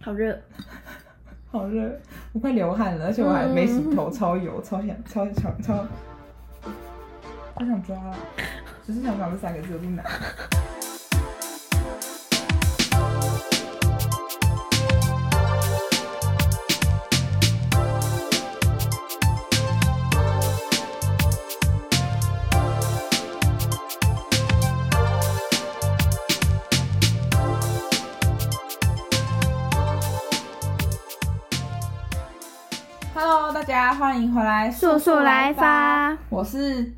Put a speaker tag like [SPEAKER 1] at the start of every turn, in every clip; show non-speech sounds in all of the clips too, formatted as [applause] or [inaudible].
[SPEAKER 1] 好热，
[SPEAKER 2] 好哦热，我快流汗了，而且我还没洗头，超油，超想，超超超，我想抓了，只是想把这三个字不难。Hello，大家欢迎回来，
[SPEAKER 1] 速速来发。哎、
[SPEAKER 2] 我是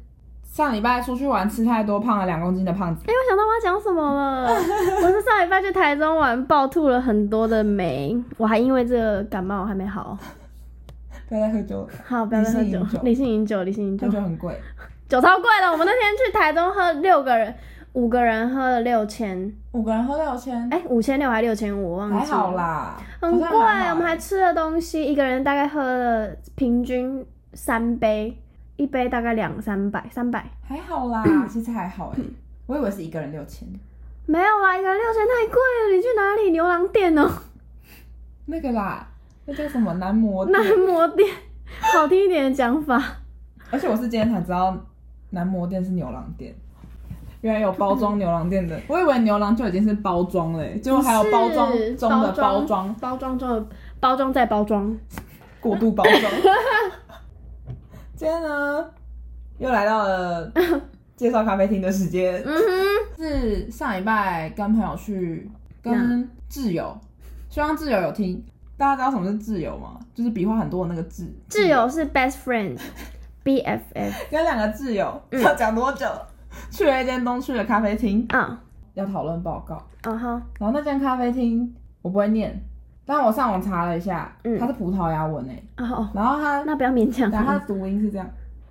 [SPEAKER 2] 上礼拜出去玩吃太多，胖了两公斤的胖子。
[SPEAKER 1] 我想到我要讲什么 [laughs] 了。我是上礼拜去台中玩，暴吐了很多的梅，我还因为这个感冒还没好。
[SPEAKER 2] 不要再喝酒了，
[SPEAKER 1] 好，不要再喝
[SPEAKER 2] 理性饮酒
[SPEAKER 1] 酒，理性饮酒，理性饮酒
[SPEAKER 2] 喝，酒很贵。
[SPEAKER 1] 酒超贵的。我们那天去台中喝六个人，五个人喝了六千，
[SPEAKER 2] 五个人喝六千，
[SPEAKER 1] 哎，五千六还六千五，我忘记
[SPEAKER 2] 还
[SPEAKER 1] 了。
[SPEAKER 2] 好啦，
[SPEAKER 1] 很
[SPEAKER 2] 好
[SPEAKER 1] 贵，
[SPEAKER 2] 像还好
[SPEAKER 1] 我们还吃了东西，一个人大概喝了平均三杯，一杯大概两三百，三百
[SPEAKER 2] 还好啦，其实还好哎、我以为是一个人六千。
[SPEAKER 1] 没有啦，一个人六千太贵了，你去哪里牛郎店哦、
[SPEAKER 2] 那个啦，那叫什么男模店？
[SPEAKER 1] 男模店，好听一点的讲法，
[SPEAKER 2] 而且我是今天才知道，男模店是牛郎店，原来有包装牛郎店的。我以为牛郎就已经是包装了、欸，结果还有包装
[SPEAKER 1] 是
[SPEAKER 2] 中的
[SPEAKER 1] 包
[SPEAKER 2] 包装，
[SPEAKER 1] 包装中的包装再包装，
[SPEAKER 2] 过度
[SPEAKER 1] [laughs]
[SPEAKER 2] 包装。今天呢，又来到了介绍咖啡厅的时间。
[SPEAKER 1] 嗯哼，
[SPEAKER 2] 是上礼拜跟朋友去，跟挚友，希望挚友有听。大家知道什么是挚友吗？就是笔画很多的那个挚。
[SPEAKER 1] 挚友是 best friend，B F F
[SPEAKER 2] 跟两个挚友
[SPEAKER 1] 嗯
[SPEAKER 2] 要讲多久？去了一间东区的咖啡厅，
[SPEAKER 1] 啊，
[SPEAKER 2] 要讨论报告。
[SPEAKER 1] 嗯哼，
[SPEAKER 2] 然后那间咖啡厅我不会念，但我上网查了一下，
[SPEAKER 1] 嗯
[SPEAKER 2] 它是葡萄牙文诶。欸
[SPEAKER 1] 哦，
[SPEAKER 2] 然后它，
[SPEAKER 1] 那不要勉强，
[SPEAKER 2] 然后它读音是这样，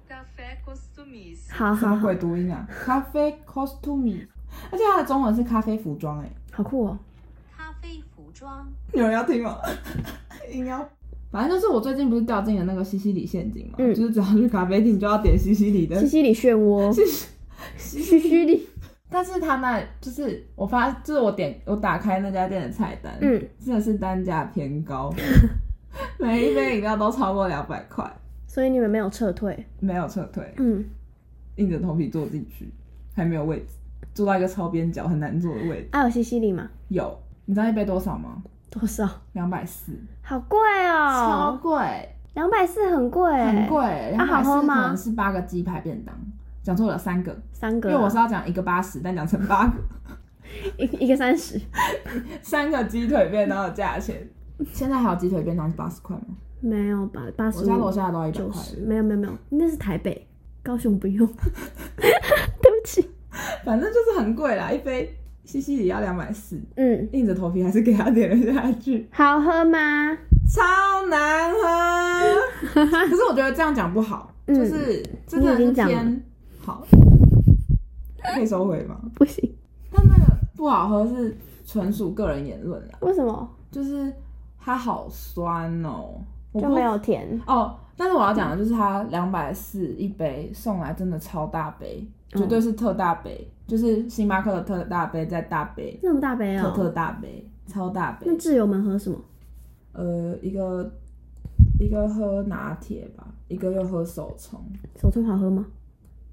[SPEAKER 3] Café Costumis.
[SPEAKER 1] 好
[SPEAKER 2] 什
[SPEAKER 1] 好
[SPEAKER 2] 么
[SPEAKER 1] 好
[SPEAKER 2] 鬼，读音啊？ [laughs] 咖啡 costume，而且它的中文是咖啡服装欸诶。
[SPEAKER 1] 好酷哦、
[SPEAKER 3] 咖啡服装。
[SPEAKER 2] 有人要听 [laughs] 吗？硬要。反正就是我最近不是掉进了那个西西里陷阱嘛，
[SPEAKER 1] 嗯
[SPEAKER 2] 就是只要去咖啡厅就要点西西里的
[SPEAKER 1] 西西里漩涡，
[SPEAKER 2] 西嗯西
[SPEAKER 1] 西西里，
[SPEAKER 2] [laughs] 但是他那就是我发，就是我点我打开那家店的菜单，
[SPEAKER 1] 嗯，
[SPEAKER 2] 真的是单价偏
[SPEAKER 1] [laughs]
[SPEAKER 2] 高，每一杯饮料都超过两百块，
[SPEAKER 1] 所以你们没有撤退，
[SPEAKER 2] 没有撤退，
[SPEAKER 1] 嗯。
[SPEAKER 2] 硬着头皮坐进去，还没有位置，坐到一个超边角很难坐的位置。
[SPEAKER 1] 啊还有西西里嘛？
[SPEAKER 2] 有，你知道一杯多少吗？
[SPEAKER 1] 多少？
[SPEAKER 2] 两百四，
[SPEAKER 1] 好贵
[SPEAKER 2] 超
[SPEAKER 1] 哦、
[SPEAKER 2] 贵，
[SPEAKER 1] 两百四很贵、
[SPEAKER 2] 很贵。两
[SPEAKER 1] 啊好喝
[SPEAKER 2] 百四可
[SPEAKER 1] 吗
[SPEAKER 2] 能是八个鸡排便当，讲错了三个，
[SPEAKER 1] 三
[SPEAKER 2] 因
[SPEAKER 1] 个啊，
[SPEAKER 2] 为我是要讲一个八十，但讲成八个。 [laughs]
[SPEAKER 1] 一一个三十，
[SPEAKER 2] 三个鸡腿便当的价钱。现在还有鸡腿便当是八十块吗？
[SPEAKER 1] 没有吧？八
[SPEAKER 2] 我
[SPEAKER 1] 十
[SPEAKER 2] 家楼
[SPEAKER 1] 五、
[SPEAKER 2] 下都要一百
[SPEAKER 1] 九
[SPEAKER 2] 块
[SPEAKER 1] 十，没有没有没有，那是台北，高雄不用。对不起，
[SPEAKER 2] 反正就是很贵啦，一杯西西里要两百四，
[SPEAKER 1] 嗯，
[SPEAKER 2] 硬着头皮还是给他点了下去，
[SPEAKER 1] 好喝吗？
[SPEAKER 2] 超难
[SPEAKER 1] [laughs]
[SPEAKER 2] 喝。可是我觉得这样讲不好，
[SPEAKER 1] 嗯
[SPEAKER 2] 就是这真
[SPEAKER 1] 你
[SPEAKER 2] 的
[SPEAKER 1] 已
[SPEAKER 2] 是
[SPEAKER 1] 经讲了
[SPEAKER 2] 偏好，可以收回吗？
[SPEAKER 1] 不行，
[SPEAKER 2] 但那个不好喝是纯属个人言论啦，
[SPEAKER 1] 为什么？
[SPEAKER 2] 就是它好酸哦，我
[SPEAKER 1] 就
[SPEAKER 2] 不
[SPEAKER 1] 没有甜，
[SPEAKER 2] 哦，但是我要讲的就是它两百四一杯送来真的超大杯，
[SPEAKER 1] 嗯
[SPEAKER 2] 绝对是特大杯，就是星巴克的特大杯再大杯，
[SPEAKER 1] 那么大杯
[SPEAKER 2] 特
[SPEAKER 1] 哦、
[SPEAKER 2] 特大杯，超大杯
[SPEAKER 1] 那。挚友们喝什么？
[SPEAKER 2] 呃，一个一个喝拿铁吧，一个又喝手冲，
[SPEAKER 1] 手冲好喝吗？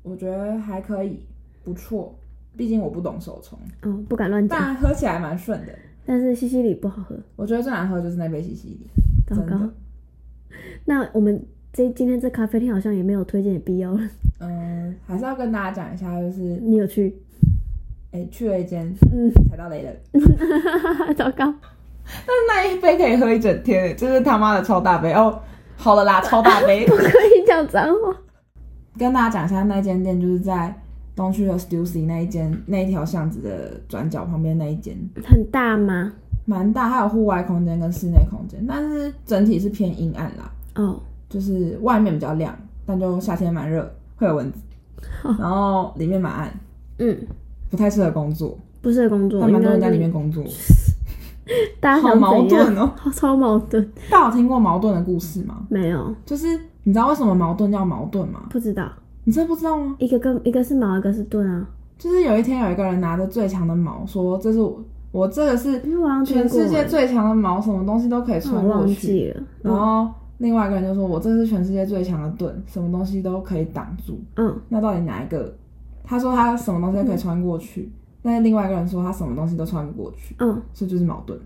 [SPEAKER 2] 我觉得还可以，不错。毕竟我不懂手冲，
[SPEAKER 1] 哦，不敢乱讲，
[SPEAKER 2] 但喝起来蛮顺的。
[SPEAKER 1] 但是西西里不好喝，
[SPEAKER 2] 我觉得最难喝就是那杯西西里，
[SPEAKER 1] 糟
[SPEAKER 2] 真
[SPEAKER 1] 糕
[SPEAKER 2] 的。。
[SPEAKER 1] 那我们这今天这咖啡厅好像也没有推荐的必要了，
[SPEAKER 2] [laughs] 嗯，还是要跟大家讲一下，就是
[SPEAKER 1] 你有
[SPEAKER 2] [laughs]
[SPEAKER 1] 去？
[SPEAKER 2] 哎、去了一间
[SPEAKER 1] 嗯，
[SPEAKER 2] 踩到雷了。
[SPEAKER 1] 糟糕。
[SPEAKER 2] 那一杯可以喝一整天诶，就是他妈的超大杯哦。好
[SPEAKER 1] [laughs]
[SPEAKER 2] 了啦，超大杯。
[SPEAKER 1] 可以讲脏话。
[SPEAKER 2] 跟大家讲一下，那间店就是在东区的 Stussy 那一间那一条巷子的转角旁边那一间，
[SPEAKER 1] 很大吗？
[SPEAKER 2] 蛮大，还有户外空间跟室内空间，但是整体是偏阴暗啦，
[SPEAKER 1] 哦，
[SPEAKER 2] 就是外面比较亮，但就夏天蛮热，会
[SPEAKER 1] [laughs]
[SPEAKER 2] 有蚊子，然后里面蛮暗，
[SPEAKER 1] 嗯，
[SPEAKER 2] 不太适合工作，
[SPEAKER 1] 不是工作，
[SPEAKER 2] 还蛮多人在里
[SPEAKER 1] 应
[SPEAKER 2] 面工作，
[SPEAKER 1] 该是大家
[SPEAKER 2] 好
[SPEAKER 1] 想
[SPEAKER 2] 矛
[SPEAKER 1] 怎样？ [laughs]
[SPEAKER 2] 盾哦。
[SPEAKER 1] 好超矛盾。
[SPEAKER 2] 大家有听过矛盾的故事吗？
[SPEAKER 1] 没有，
[SPEAKER 2] 就是你知道为什么矛盾叫矛盾吗？
[SPEAKER 1] 不知道，
[SPEAKER 2] 你真的不知道吗？
[SPEAKER 1] 一个跟一个是矛，一个是盾啊。
[SPEAKER 2] 就是有一天有一个人拿着最强的矛说：“这是我我这个是
[SPEAKER 1] 因为我好像听
[SPEAKER 2] 全
[SPEAKER 1] 过
[SPEAKER 2] 世界
[SPEAKER 1] 欸
[SPEAKER 2] 最强的毛，什么东西都可以
[SPEAKER 1] 我
[SPEAKER 2] 穿过
[SPEAKER 1] 忘
[SPEAKER 2] 去。
[SPEAKER 1] 记了。嗯
[SPEAKER 2] 然后另外一个人就说：“我这是全世界最强的盾，什么东西都可以挡住。
[SPEAKER 1] 嗯”
[SPEAKER 2] 那到底哪一个？他说他什么东西都可以穿过去，但是另外一个人说他什么东西都穿不过去，
[SPEAKER 1] 嗯，
[SPEAKER 2] 所以就是矛盾。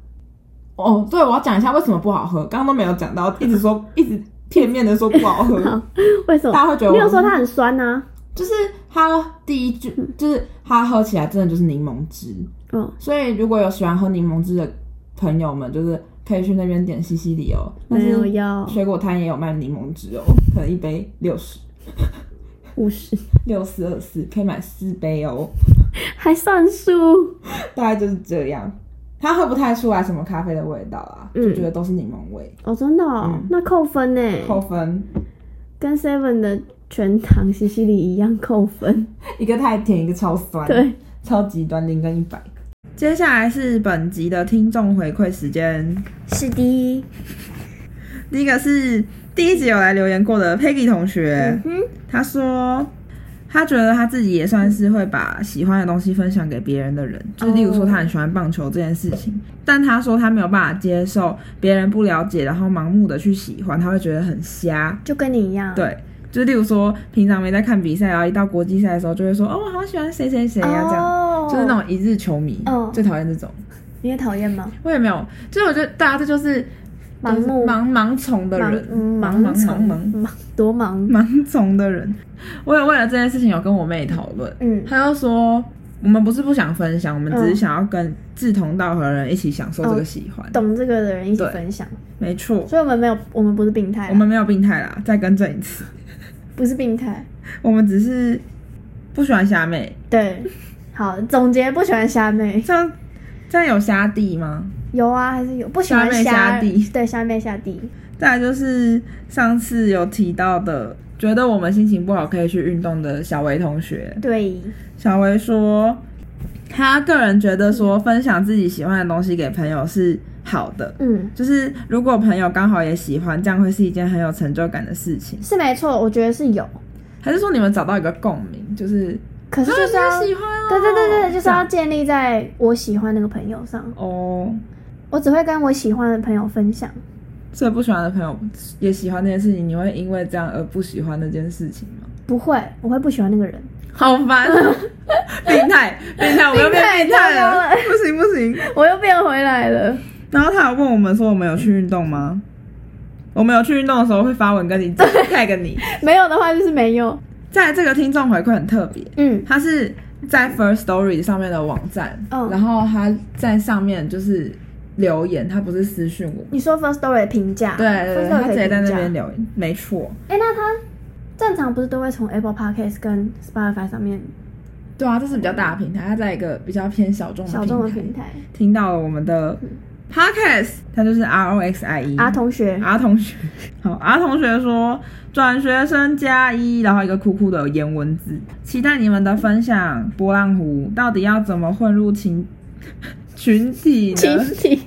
[SPEAKER 2] 哦，对，我要讲一下为什么不好喝，刚刚都没有讲到，一直说一直片面的说不好喝，
[SPEAKER 1] 好为什
[SPEAKER 2] 大
[SPEAKER 1] 么？
[SPEAKER 2] 家会觉得
[SPEAKER 1] 你嗯有
[SPEAKER 2] 我
[SPEAKER 1] 说嗯它很酸啊呐、
[SPEAKER 2] 就是它第一句就是它喝起来真的就是柠檬汁，
[SPEAKER 1] 嗯，
[SPEAKER 2] 所以如果有喜欢喝柠檬汁的朋友们，就是可以去那边点西西里哦。但
[SPEAKER 1] 没有
[SPEAKER 2] 是
[SPEAKER 1] 要
[SPEAKER 2] 水果摊也有卖柠檬汁哦，可能一杯六十
[SPEAKER 1] 五十， [laughs]
[SPEAKER 2] 六四二四，可以买四杯哦，
[SPEAKER 1] 还算数。
[SPEAKER 2] 大概就是这样。它喝不太出来什么咖啡的味道啊，
[SPEAKER 1] 嗯
[SPEAKER 2] 就觉得都是柠檬味，
[SPEAKER 1] 哦，真的、哦
[SPEAKER 2] 嗯
[SPEAKER 1] 那扣分呢？
[SPEAKER 2] 扣分，
[SPEAKER 1] 跟 Seven 的全糖西西里一样扣分。
[SPEAKER 2] 一个太甜，一个超酸，
[SPEAKER 1] 对，
[SPEAKER 2] 超级端零跟一百。接下来是本集的听众回馈时间，
[SPEAKER 1] 是的。
[SPEAKER 2] 第一个是第一集有来留言过的 Peggy 同学，
[SPEAKER 1] 嗯
[SPEAKER 2] 他说他觉得他自己也算是会把喜欢的东西分享给别人的人，就是例如说他很喜欢棒球这件事情，
[SPEAKER 1] 哦
[SPEAKER 2] 但他说他没有办法接受别人不了解，然后盲目的去喜欢，他会觉得很瞎。
[SPEAKER 1] 就跟你一样。
[SPEAKER 2] 对，就是例如说平常没在看比赛，啊然后一到国际赛的时候就会说哦，我好喜欢谁谁谁
[SPEAKER 1] 哦，
[SPEAKER 2] 呀、这样。就是那种一日球迷
[SPEAKER 1] 嗯
[SPEAKER 2] 最讨厌这种。
[SPEAKER 1] 你也讨厌吗？
[SPEAKER 2] 我也没有，就是我觉得大家这就是
[SPEAKER 1] 盲
[SPEAKER 2] 就是
[SPEAKER 1] 目
[SPEAKER 2] 盲盲从的
[SPEAKER 1] 盲
[SPEAKER 2] 人，
[SPEAKER 1] 嗯
[SPEAKER 2] 盲盲
[SPEAKER 1] 盲
[SPEAKER 2] 盲盲
[SPEAKER 1] 盲多盲。
[SPEAKER 2] 盲从的人。我也为了这件事情有跟我妹讨论，
[SPEAKER 1] 嗯
[SPEAKER 2] 她就说我们不是不想分享，我们只是
[SPEAKER 1] 嗯
[SPEAKER 2] 想要跟志同道合的人一起享受这个
[SPEAKER 1] 哦
[SPEAKER 2] 喜欢。
[SPEAKER 1] 懂这个的人一起
[SPEAKER 2] 对
[SPEAKER 1] 分享，
[SPEAKER 2] 没错，
[SPEAKER 1] 所以我们没有，我们不是病态啦，啊
[SPEAKER 2] 我们没有病态啦，再更正一次，
[SPEAKER 1] 不是病态。
[SPEAKER 2] 我们只是不喜欢虾妹，
[SPEAKER 1] 对，好，总结不喜欢虾妹，
[SPEAKER 2] 这样这样有虾弟吗？
[SPEAKER 1] 有啊，还是有不喜欢
[SPEAKER 2] 虾妹虾弟
[SPEAKER 1] 对，虾妹虾弟，
[SPEAKER 2] 再来就是上次有提到的，觉得我们心情不好可以去运动的小维同学。
[SPEAKER 1] 对，
[SPEAKER 2] 小维说，他个人觉得说分享自己喜欢的东西给朋友是好的，
[SPEAKER 1] 嗯，
[SPEAKER 2] 就是如果朋友刚好也喜欢，这样会是一件很有成就感的事情。
[SPEAKER 1] 是没错，我觉得是有，
[SPEAKER 2] 还是说你们找到一个共鸣，就是
[SPEAKER 1] 可是就是要
[SPEAKER 2] 啊，你也喜欢哦，
[SPEAKER 1] 对对对对，就是啊
[SPEAKER 2] 这
[SPEAKER 1] 要
[SPEAKER 2] 样
[SPEAKER 1] 建立在我喜欢那个朋友上，
[SPEAKER 2] 哦。
[SPEAKER 1] 我只会跟我喜欢的朋友分享，
[SPEAKER 2] 所以不喜欢的朋友也喜欢那件事情，你会因为这样而不喜欢那件事情吗？
[SPEAKER 1] 不会，我会不喜欢那个人。
[SPEAKER 2] 好烦、哦，病态，病态，我又变病态了，
[SPEAKER 1] 病态啊
[SPEAKER 2] 不行不行。
[SPEAKER 1] 我又变回来了，
[SPEAKER 2] 然后他有问我们说，我们有去运动吗？我们有去运动的时候会发文跟你
[SPEAKER 1] [laughs]
[SPEAKER 2] tag 你。
[SPEAKER 1] 没有的话就是没有。
[SPEAKER 2] 在这个听众回馈很特别，
[SPEAKER 1] 嗯，
[SPEAKER 2] 他是在 First Story 上面的网站，
[SPEAKER 1] 嗯
[SPEAKER 2] 然后他在上面就是留言，他不是私讯我。
[SPEAKER 1] 你说 First Story 的评价，
[SPEAKER 2] 对
[SPEAKER 1] f i r
[SPEAKER 2] 对对，
[SPEAKER 1] s t
[SPEAKER 2] 他
[SPEAKER 1] Story
[SPEAKER 2] 直
[SPEAKER 1] 可以
[SPEAKER 2] 接在
[SPEAKER 1] 评
[SPEAKER 2] 那
[SPEAKER 1] 价。
[SPEAKER 2] 边留言，没错。
[SPEAKER 1] 哎、那他正常不是都会从 Apple Podcast 跟 Spotify 上面
[SPEAKER 2] 对啊，这是比较大的平台，他在一个比较偏小众的
[SPEAKER 1] 小众的
[SPEAKER 2] 平
[SPEAKER 1] 平
[SPEAKER 2] 台，
[SPEAKER 1] 台？嗯
[SPEAKER 2] 听到了我们的 podcast，他就是 R O X I E
[SPEAKER 1] 啊，同学，
[SPEAKER 2] 阿同学，好，阿同学说转学生加一，然后一个酷酷的颜文字，期待你们的分享。波浪湖到底要怎么混入群 [laughs] 群体
[SPEAKER 1] 群
[SPEAKER 2] 呢？
[SPEAKER 1] 体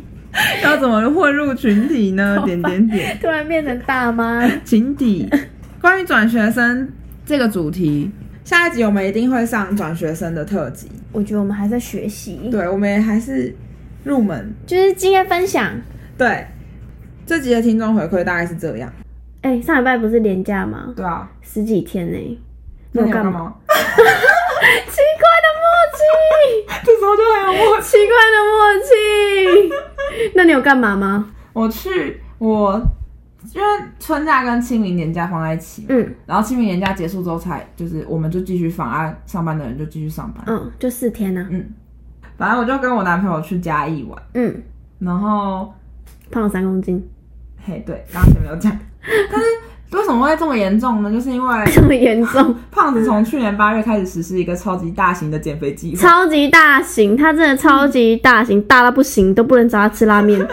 [SPEAKER 2] 要怎么混入群体 [laughs] 呢？点点点，
[SPEAKER 1] [laughs] 突然变成大妈，
[SPEAKER 2] 群体。关于转学生这个主题，下一集我们一定会上转学生的特辑。
[SPEAKER 1] 我觉得我们还在学习，
[SPEAKER 2] 对，我们也还是入门。
[SPEAKER 1] 就是经验分享。
[SPEAKER 2] 对，这集的听众回馈大概是这样。
[SPEAKER 1] 哎、上礼拜不是连假吗？
[SPEAKER 2] 对啊，
[SPEAKER 1] 十几天呢、
[SPEAKER 2] 那你要
[SPEAKER 1] 干
[SPEAKER 2] 干
[SPEAKER 1] 嘛
[SPEAKER 2] 嘛？
[SPEAKER 1] 奇怪的默契，
[SPEAKER 2] [laughs]
[SPEAKER 1] [laughs]
[SPEAKER 2] 这时候就很有默契。
[SPEAKER 1] 奇怪的默
[SPEAKER 2] [laughs]
[SPEAKER 1] 契。那你有干嘛吗？
[SPEAKER 2] 我去，我因为春假跟清明年假放在一起嘛，
[SPEAKER 1] 嗯
[SPEAKER 2] 然后清明年假结束之后才就是我们就继续放啊，上班的人就继续上班。
[SPEAKER 1] 嗯，就四天呢、啊。
[SPEAKER 2] 嗯，反正我就跟我男朋友去嘉义玩，
[SPEAKER 1] 嗯，
[SPEAKER 2] 然后
[SPEAKER 1] 胖了三公斤， [laughs]
[SPEAKER 2] 嘿，对，刚刚前面有讲， [laughs] 但是为什么会这么严重呢？就是因为
[SPEAKER 1] 这么严
[SPEAKER 2] [laughs]
[SPEAKER 1] 重，
[SPEAKER 2] 胖子从去年八月开始实施一个超级大型的减肥计划，
[SPEAKER 1] 超级大型，他真的超级大型，大到不行，都不能找他吃拉
[SPEAKER 2] [laughs]
[SPEAKER 1] 面。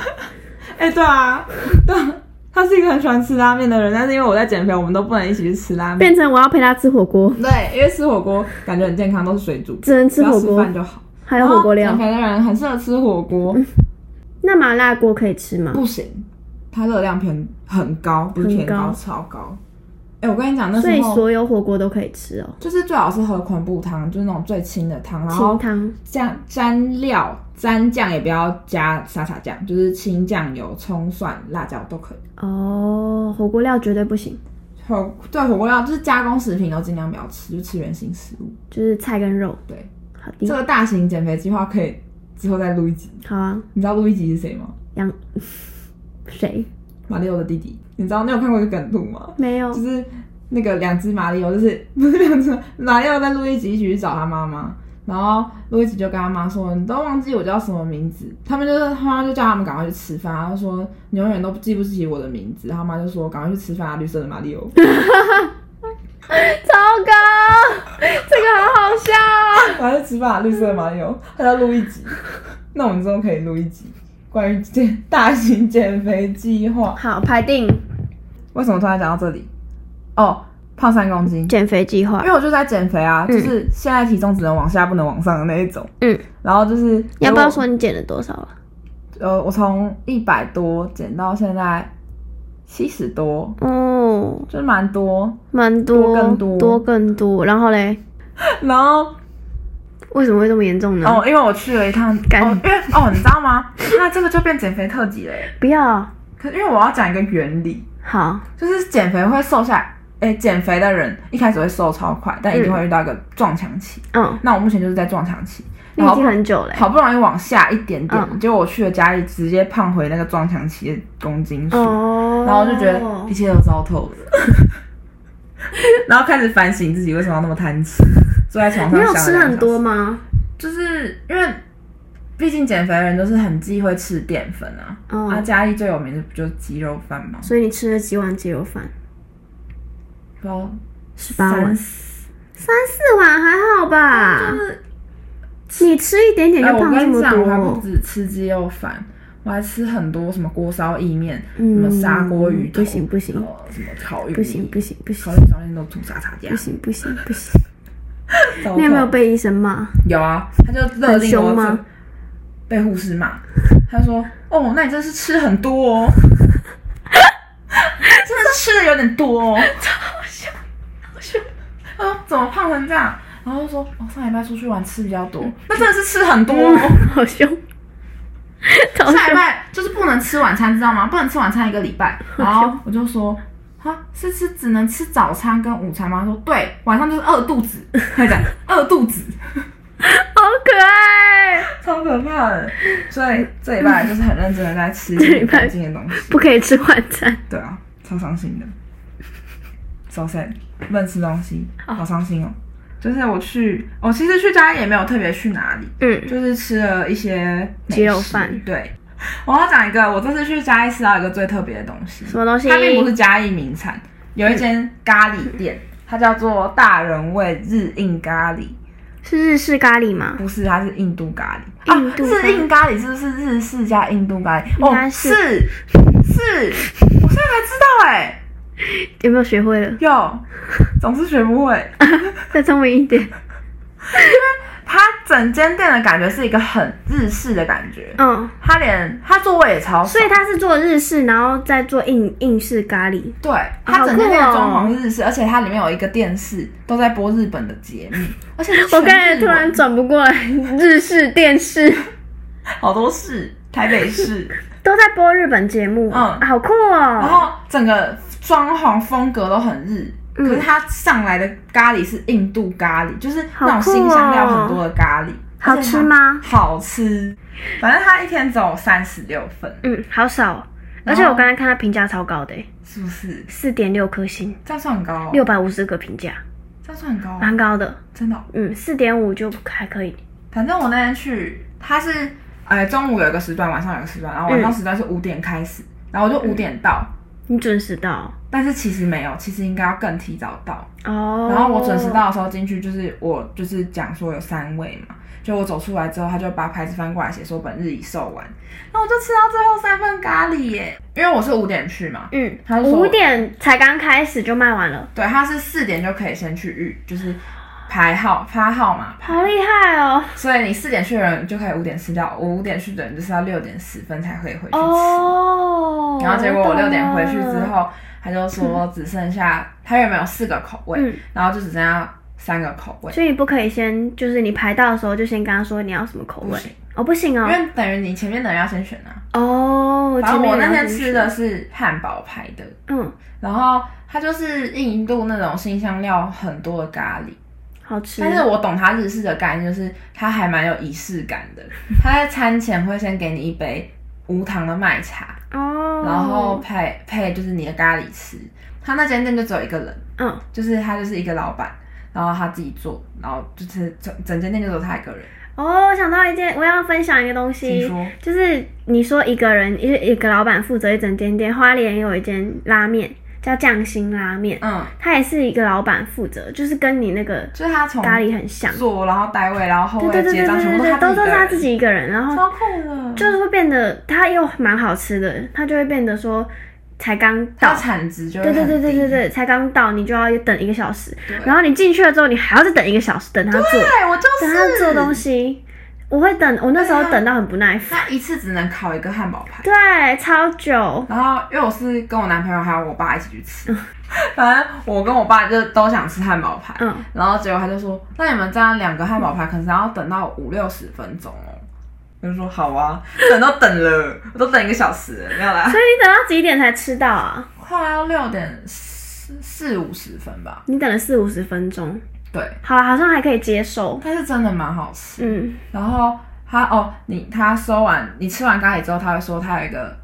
[SPEAKER 2] 哎、对啊，对啊。他是一个很喜欢吃拉面的人，但是因为我在减肥，我们都不能一起去吃拉面。
[SPEAKER 1] 变成我要陪他吃火锅，
[SPEAKER 2] 对，因为吃火锅感觉很健康，都是水煮，
[SPEAKER 1] 只能吃火
[SPEAKER 2] 不要
[SPEAKER 1] 锅
[SPEAKER 2] 饭，就哦好。
[SPEAKER 1] 还有火锅料
[SPEAKER 2] 减。肥的人很适合吃火锅，
[SPEAKER 1] 那麻辣
[SPEAKER 2] 哦
[SPEAKER 1] 锅可以吃吗？
[SPEAKER 2] 不行，它热量偏很高，不是偏
[SPEAKER 1] 很
[SPEAKER 2] 高，
[SPEAKER 1] 高
[SPEAKER 2] 超高。哎、我跟你讲，那
[SPEAKER 1] 所
[SPEAKER 2] 时
[SPEAKER 1] 以
[SPEAKER 2] 候
[SPEAKER 1] 所有火锅都可以吃哦，
[SPEAKER 2] 就是最好是喝昆布汤，就是那种最清的汤，然
[SPEAKER 1] 清
[SPEAKER 2] 后
[SPEAKER 1] 汤。
[SPEAKER 2] 酱蘸料蘸酱也不要加沙茶酱，就是清酱油、葱蒜、辣椒都可以。
[SPEAKER 1] 哦，火锅料绝对不行，
[SPEAKER 2] 火对火锅料就是加工食品都尽量不要吃，就吃原形食物。
[SPEAKER 1] 就是菜跟肉。
[SPEAKER 2] 对，
[SPEAKER 1] 好
[SPEAKER 2] 这
[SPEAKER 1] 的，
[SPEAKER 2] 个大型减肥计划可以之后再录一集。
[SPEAKER 1] 好啊。
[SPEAKER 2] 你知道录一集是谁吗？
[SPEAKER 1] 杨谁
[SPEAKER 2] 马里奥的弟弟。你知道你有看过一个梗图吗？
[SPEAKER 1] 没有
[SPEAKER 2] 就？是那个两只马里奥，就是 [laughs] 不是两只马里奥在路易吉一起去找他妈妈，然后路易吉就跟他妈说：“你都忘记我叫什么名字？”他们就是他妈就叫他们赶快去吃饭，然后说：“你永远都记不起我的名字。”然后他妈就说：“赶快去吃饭啊，绿色的马里奥。
[SPEAKER 1] [laughs] 糟糕，这个很好笑啊！”
[SPEAKER 2] 赶快去吃饭啊，绿色的马里奥。他叫路易吉。那我们之后可以录一集关于减大型减肥计划。
[SPEAKER 1] 好，排定
[SPEAKER 2] 为什么突然讲到这里？哦，胖三公斤。
[SPEAKER 1] 减肥计划
[SPEAKER 2] 因为，我就在减肥啊，
[SPEAKER 1] 嗯
[SPEAKER 2] 就是现在体重只能往下，不能往上的那一种。
[SPEAKER 1] 嗯，
[SPEAKER 2] [laughs] 然后就是
[SPEAKER 1] 要不要？说你减了多少啊？
[SPEAKER 2] 呃，我从一百多减到现在七十多，
[SPEAKER 1] 哦，
[SPEAKER 2] 就是蛮多。
[SPEAKER 1] 蛮多，
[SPEAKER 2] 多更多
[SPEAKER 1] 多更多然后嘞，
[SPEAKER 2] 然后
[SPEAKER 1] 为什么会这么严重呢？
[SPEAKER 2] 哦，因为我去了一趟，
[SPEAKER 1] 嗯干
[SPEAKER 2] 哦，因为哦，你知道吗？那这个就变减肥特辑嘞。
[SPEAKER 1] 不要，
[SPEAKER 2] 可因为我要讲一个原理，
[SPEAKER 1] 好，
[SPEAKER 2] 就是减肥会瘦下来。哎，减肥的人一开始会瘦超快，但一定会遇到一个撞墙期。
[SPEAKER 1] 嗯，
[SPEAKER 2] 那我目前就是在撞墙期，
[SPEAKER 1] 你
[SPEAKER 2] 然
[SPEAKER 1] 已
[SPEAKER 2] 后
[SPEAKER 1] 经很久嘞，
[SPEAKER 2] 好不容易往下一点点，
[SPEAKER 1] 嗯
[SPEAKER 2] 结果我去了家里，直接胖回那个撞墙期的公斤数，
[SPEAKER 1] 哦，
[SPEAKER 2] 然后就觉得一切都糟透了， [laughs] 然后开始反省自己为什么要那么贪吃， [laughs] 坐在床上
[SPEAKER 1] 你有
[SPEAKER 2] 想了
[SPEAKER 1] 吃
[SPEAKER 2] 两个
[SPEAKER 1] 很
[SPEAKER 2] 小
[SPEAKER 1] 多
[SPEAKER 2] 时，
[SPEAKER 1] 吗？
[SPEAKER 2] 就是因为毕竟减肥的人都是很忌讳吃淀粉啊，
[SPEAKER 1] 哦
[SPEAKER 2] 啊，家里最有名的不就是鸡肉饭吗？
[SPEAKER 1] 所以你吃了几碗鸡肉饭？
[SPEAKER 2] 不知道
[SPEAKER 1] 十八碗
[SPEAKER 2] 三，四
[SPEAKER 1] 三四碗还好吧？你吃一点点
[SPEAKER 2] 哎，
[SPEAKER 1] 就
[SPEAKER 2] 我
[SPEAKER 1] 胖这
[SPEAKER 2] 跟
[SPEAKER 1] 么
[SPEAKER 2] 你讲，我还不
[SPEAKER 1] 多，
[SPEAKER 2] 止吃鸡肉饭，我还吃很多什么锅烧意面，
[SPEAKER 1] 嗯
[SPEAKER 2] 什么砂锅鱼头，
[SPEAKER 1] 不行不行
[SPEAKER 2] 然后什么烤鱼，
[SPEAKER 1] 不行不行不
[SPEAKER 2] 烤
[SPEAKER 1] 行
[SPEAKER 2] 鱼上面都吐沙茶酱
[SPEAKER 1] 不，行不行不
[SPEAKER 2] [laughs]
[SPEAKER 1] 行！
[SPEAKER 2] 啊糟透
[SPEAKER 1] 你有没有被医生骂？
[SPEAKER 2] 有啊，他就勒
[SPEAKER 1] 很
[SPEAKER 2] 令我
[SPEAKER 1] 凶吗
[SPEAKER 2] 这被护士骂，他说：“哦，那你真是吃很
[SPEAKER 1] [laughs]
[SPEAKER 2] 多哦，真的是吃的有点多哦，好笑，好笑。”他说：“怎么胖成这样？”然后就说：“哦，上礼拜出去玩吃比较多，那真的是吃很多哦。
[SPEAKER 1] [laughs] 好凶，好
[SPEAKER 2] 下礼
[SPEAKER 1] 凶！
[SPEAKER 2] 拜就是不能吃晚餐，知道吗？不能吃晚餐一个礼拜。然 [laughs] 后我就说，啊，是吃只能吃早餐跟午餐吗？他说对，晚上就是饿肚子，他讲饿肚子，
[SPEAKER 1] 好可爱，
[SPEAKER 2] [laughs] 超可怕的。所以这礼拜就是很认真的在 [laughs] 吃
[SPEAKER 1] 这礼拜
[SPEAKER 2] 干净的东西，
[SPEAKER 1] 不可以吃晚餐。
[SPEAKER 2] 对啊，超伤心的，so sad，不能吃东西，好伤心哦。就是我去，我、其实去家里也没有特别去哪里，
[SPEAKER 1] 嗯，
[SPEAKER 2] 就是吃了一些美食
[SPEAKER 1] 鸡肉饭
[SPEAKER 2] 对，我要讲一个，我这次去嘉义吃到一个最特别的东西，
[SPEAKER 1] 什么东西？
[SPEAKER 2] 它并不是嘉义名产，有一间咖喱店，它叫做大人味日印咖喱，
[SPEAKER 1] 是日式咖喱吗？
[SPEAKER 2] 不是，它是印度咖喱。啊
[SPEAKER 1] 印度咖喱
[SPEAKER 2] 日印咖喱是不是日式加印度咖喱？
[SPEAKER 1] 应该
[SPEAKER 2] 哦，
[SPEAKER 1] 是
[SPEAKER 2] 是是，我现在才知道哎、
[SPEAKER 1] 有没有学会了？
[SPEAKER 2] 哟，总是学不会。
[SPEAKER 1] 再聪明一点。
[SPEAKER 2] 它整间店的感觉是一个很日式的感觉，
[SPEAKER 1] 嗯，
[SPEAKER 2] 它连它座位也超少
[SPEAKER 1] 所以他是做日式，然后再做印印式咖喱。
[SPEAKER 2] 对，它
[SPEAKER 1] 好
[SPEAKER 2] 整间店
[SPEAKER 1] 酷哦
[SPEAKER 2] 的装潢日式，而且它里面有一个电视都在播日本的节目，而且是
[SPEAKER 1] 我
[SPEAKER 2] 全
[SPEAKER 1] 刚才
[SPEAKER 2] 日
[SPEAKER 1] 突然
[SPEAKER 2] 文
[SPEAKER 1] 转不过来，日式电视
[SPEAKER 2] 好
[SPEAKER 1] [laughs]
[SPEAKER 2] 多市，台北市，
[SPEAKER 1] 都在播日本节目，
[SPEAKER 2] 嗯
[SPEAKER 1] 好酷
[SPEAKER 2] 然
[SPEAKER 1] 哦。
[SPEAKER 2] 后整个装潢风格都很日，
[SPEAKER 1] 嗯
[SPEAKER 2] 可是它上来的咖喱是印度咖喱，就是
[SPEAKER 1] 好酷哦
[SPEAKER 2] 那种新香料很多的咖喱，
[SPEAKER 1] 好吃吗
[SPEAKER 2] 而且它好吃，反正它一天只有三十六份，
[SPEAKER 1] 嗯，好少哦，而
[SPEAKER 2] 然后
[SPEAKER 1] 且我刚才看他评价超高的，欸
[SPEAKER 2] 是不是？
[SPEAKER 1] 四点六颗星，
[SPEAKER 2] 这样算很高、哦，
[SPEAKER 1] 六百五十个评价，
[SPEAKER 2] 这样算很高、哦，
[SPEAKER 1] 蛮高的。
[SPEAKER 2] 真的哦、
[SPEAKER 1] 嗯，四点五就还可以。
[SPEAKER 2] 反正我那天去，它是哎中午有一个时段，晚上有一个时段，然后晚上
[SPEAKER 1] 嗯
[SPEAKER 2] 时段是五点开始，然后我就五点到，
[SPEAKER 1] 你准时到
[SPEAKER 2] 但是其实没有，其实应该要更提早到。
[SPEAKER 1] 哦。
[SPEAKER 2] 然后我准时到的时候进去，就是我就是讲说有三位嘛，就我走出来之后，他就把牌子翻过来写说本日已售完，那我就吃到最后三份咖喱耶，因为我是五点去嘛，
[SPEAKER 1] 嗯
[SPEAKER 2] 他，就说
[SPEAKER 1] 五点才刚开始就卖完了，
[SPEAKER 2] 对，他是四点就可以先去预，就是排号发号嘛，
[SPEAKER 1] 好厉害哦！
[SPEAKER 2] 所以你四点去的人就可以五点吃掉，我五点去的人就是要六点十分才可以回去吃，
[SPEAKER 1] 哦，
[SPEAKER 2] 然后结果我六点回去之
[SPEAKER 1] 懂了，
[SPEAKER 2] 后，他就说只剩下它原本有四个口味，
[SPEAKER 1] 嗯
[SPEAKER 2] 然后就只剩下三个口味，
[SPEAKER 1] 所以不可以先，就是你排到的时候就先跟他说你要什么口
[SPEAKER 2] 不
[SPEAKER 1] 味
[SPEAKER 2] 行
[SPEAKER 1] 哦，不行
[SPEAKER 2] 因
[SPEAKER 1] 哦，
[SPEAKER 2] 为等于你前面的人要先选啊。
[SPEAKER 1] 哦，前
[SPEAKER 2] 然后
[SPEAKER 1] 面
[SPEAKER 2] 我
[SPEAKER 1] 也
[SPEAKER 2] 那
[SPEAKER 1] 要
[SPEAKER 2] 天
[SPEAKER 1] 先
[SPEAKER 2] 吃的
[SPEAKER 1] 选，
[SPEAKER 2] 是汉堡排的，
[SPEAKER 1] 嗯，
[SPEAKER 2] 然后它就是印度那种新香料很多的咖喱，
[SPEAKER 1] 好吃，
[SPEAKER 2] 但是我懂它日式的概念，就是它还蛮有仪式感的。它在餐前会先给你一杯无糖的麦茶，
[SPEAKER 1] 哦，
[SPEAKER 2] 然后配配就是你的咖喱吃。它那间店就只有一个人，
[SPEAKER 1] 嗯，
[SPEAKER 2] 就是他就是一个老板，然后他自己做，然后就是整整间店就只有他一个人。
[SPEAKER 1] 哦，我想到一件，我要分享一个东
[SPEAKER 2] 请
[SPEAKER 1] 西，
[SPEAKER 2] 说，
[SPEAKER 1] 就是你说一个人一一个老板负责一整间店，花莲有一间拉面叫匠心拉面，
[SPEAKER 2] 嗯，
[SPEAKER 1] 它也是一个老板负责，就是跟你那个
[SPEAKER 2] 就是他从
[SPEAKER 1] 咖喱很像，
[SPEAKER 2] 做，然后待位，然后后
[SPEAKER 1] 对对
[SPEAKER 2] 位
[SPEAKER 1] 对
[SPEAKER 2] 哦结
[SPEAKER 1] 对
[SPEAKER 2] 账，全
[SPEAKER 1] 对
[SPEAKER 2] 部
[SPEAKER 1] 对，都
[SPEAKER 2] 都
[SPEAKER 1] 都是他
[SPEAKER 2] 他
[SPEAKER 1] 自
[SPEAKER 2] 自己一个人，
[SPEAKER 1] 己一个人，然后
[SPEAKER 2] 超酷的，
[SPEAKER 1] 就是会变得它又蛮好吃的，它就会变得说才刚
[SPEAKER 2] 他
[SPEAKER 1] 到
[SPEAKER 2] 的。产值就会
[SPEAKER 1] 对对对
[SPEAKER 2] 很
[SPEAKER 1] 对
[SPEAKER 2] 低
[SPEAKER 1] 对对，才刚到你就要等一个小时，
[SPEAKER 2] 对
[SPEAKER 1] 然后你进去了之后，你还要再等一个小时，等他做，
[SPEAKER 2] 对哎我就
[SPEAKER 1] 等
[SPEAKER 2] 是
[SPEAKER 1] 他做东。西。我会等，我那时候
[SPEAKER 2] 对啊
[SPEAKER 1] 等到很不耐烦，
[SPEAKER 2] 他一次只能烤一个汉堡排，
[SPEAKER 1] 对，超久。
[SPEAKER 2] 然后因为我是跟我男朋友还有我爸一起去吃，反正我跟我爸就都想吃汉堡排，
[SPEAKER 1] 嗯，
[SPEAKER 2] 然后结果他就说，那你们这样两个汉堡排可能要等到五六十分钟哦。我就说好啊，等都等了，我都等一个小时了，没有啦
[SPEAKER 1] [laughs] 所，以你等到几点才吃到啊？
[SPEAKER 2] 快要六点四四五十分吧。
[SPEAKER 1] 你等了四五十分钟，
[SPEAKER 2] 对，
[SPEAKER 1] 好，好像还可以接受。
[SPEAKER 2] 但是真的蛮好吃。
[SPEAKER 1] 嗯，
[SPEAKER 2] 然后他哦，你他收完你吃完咖喱之后，他会说他有一个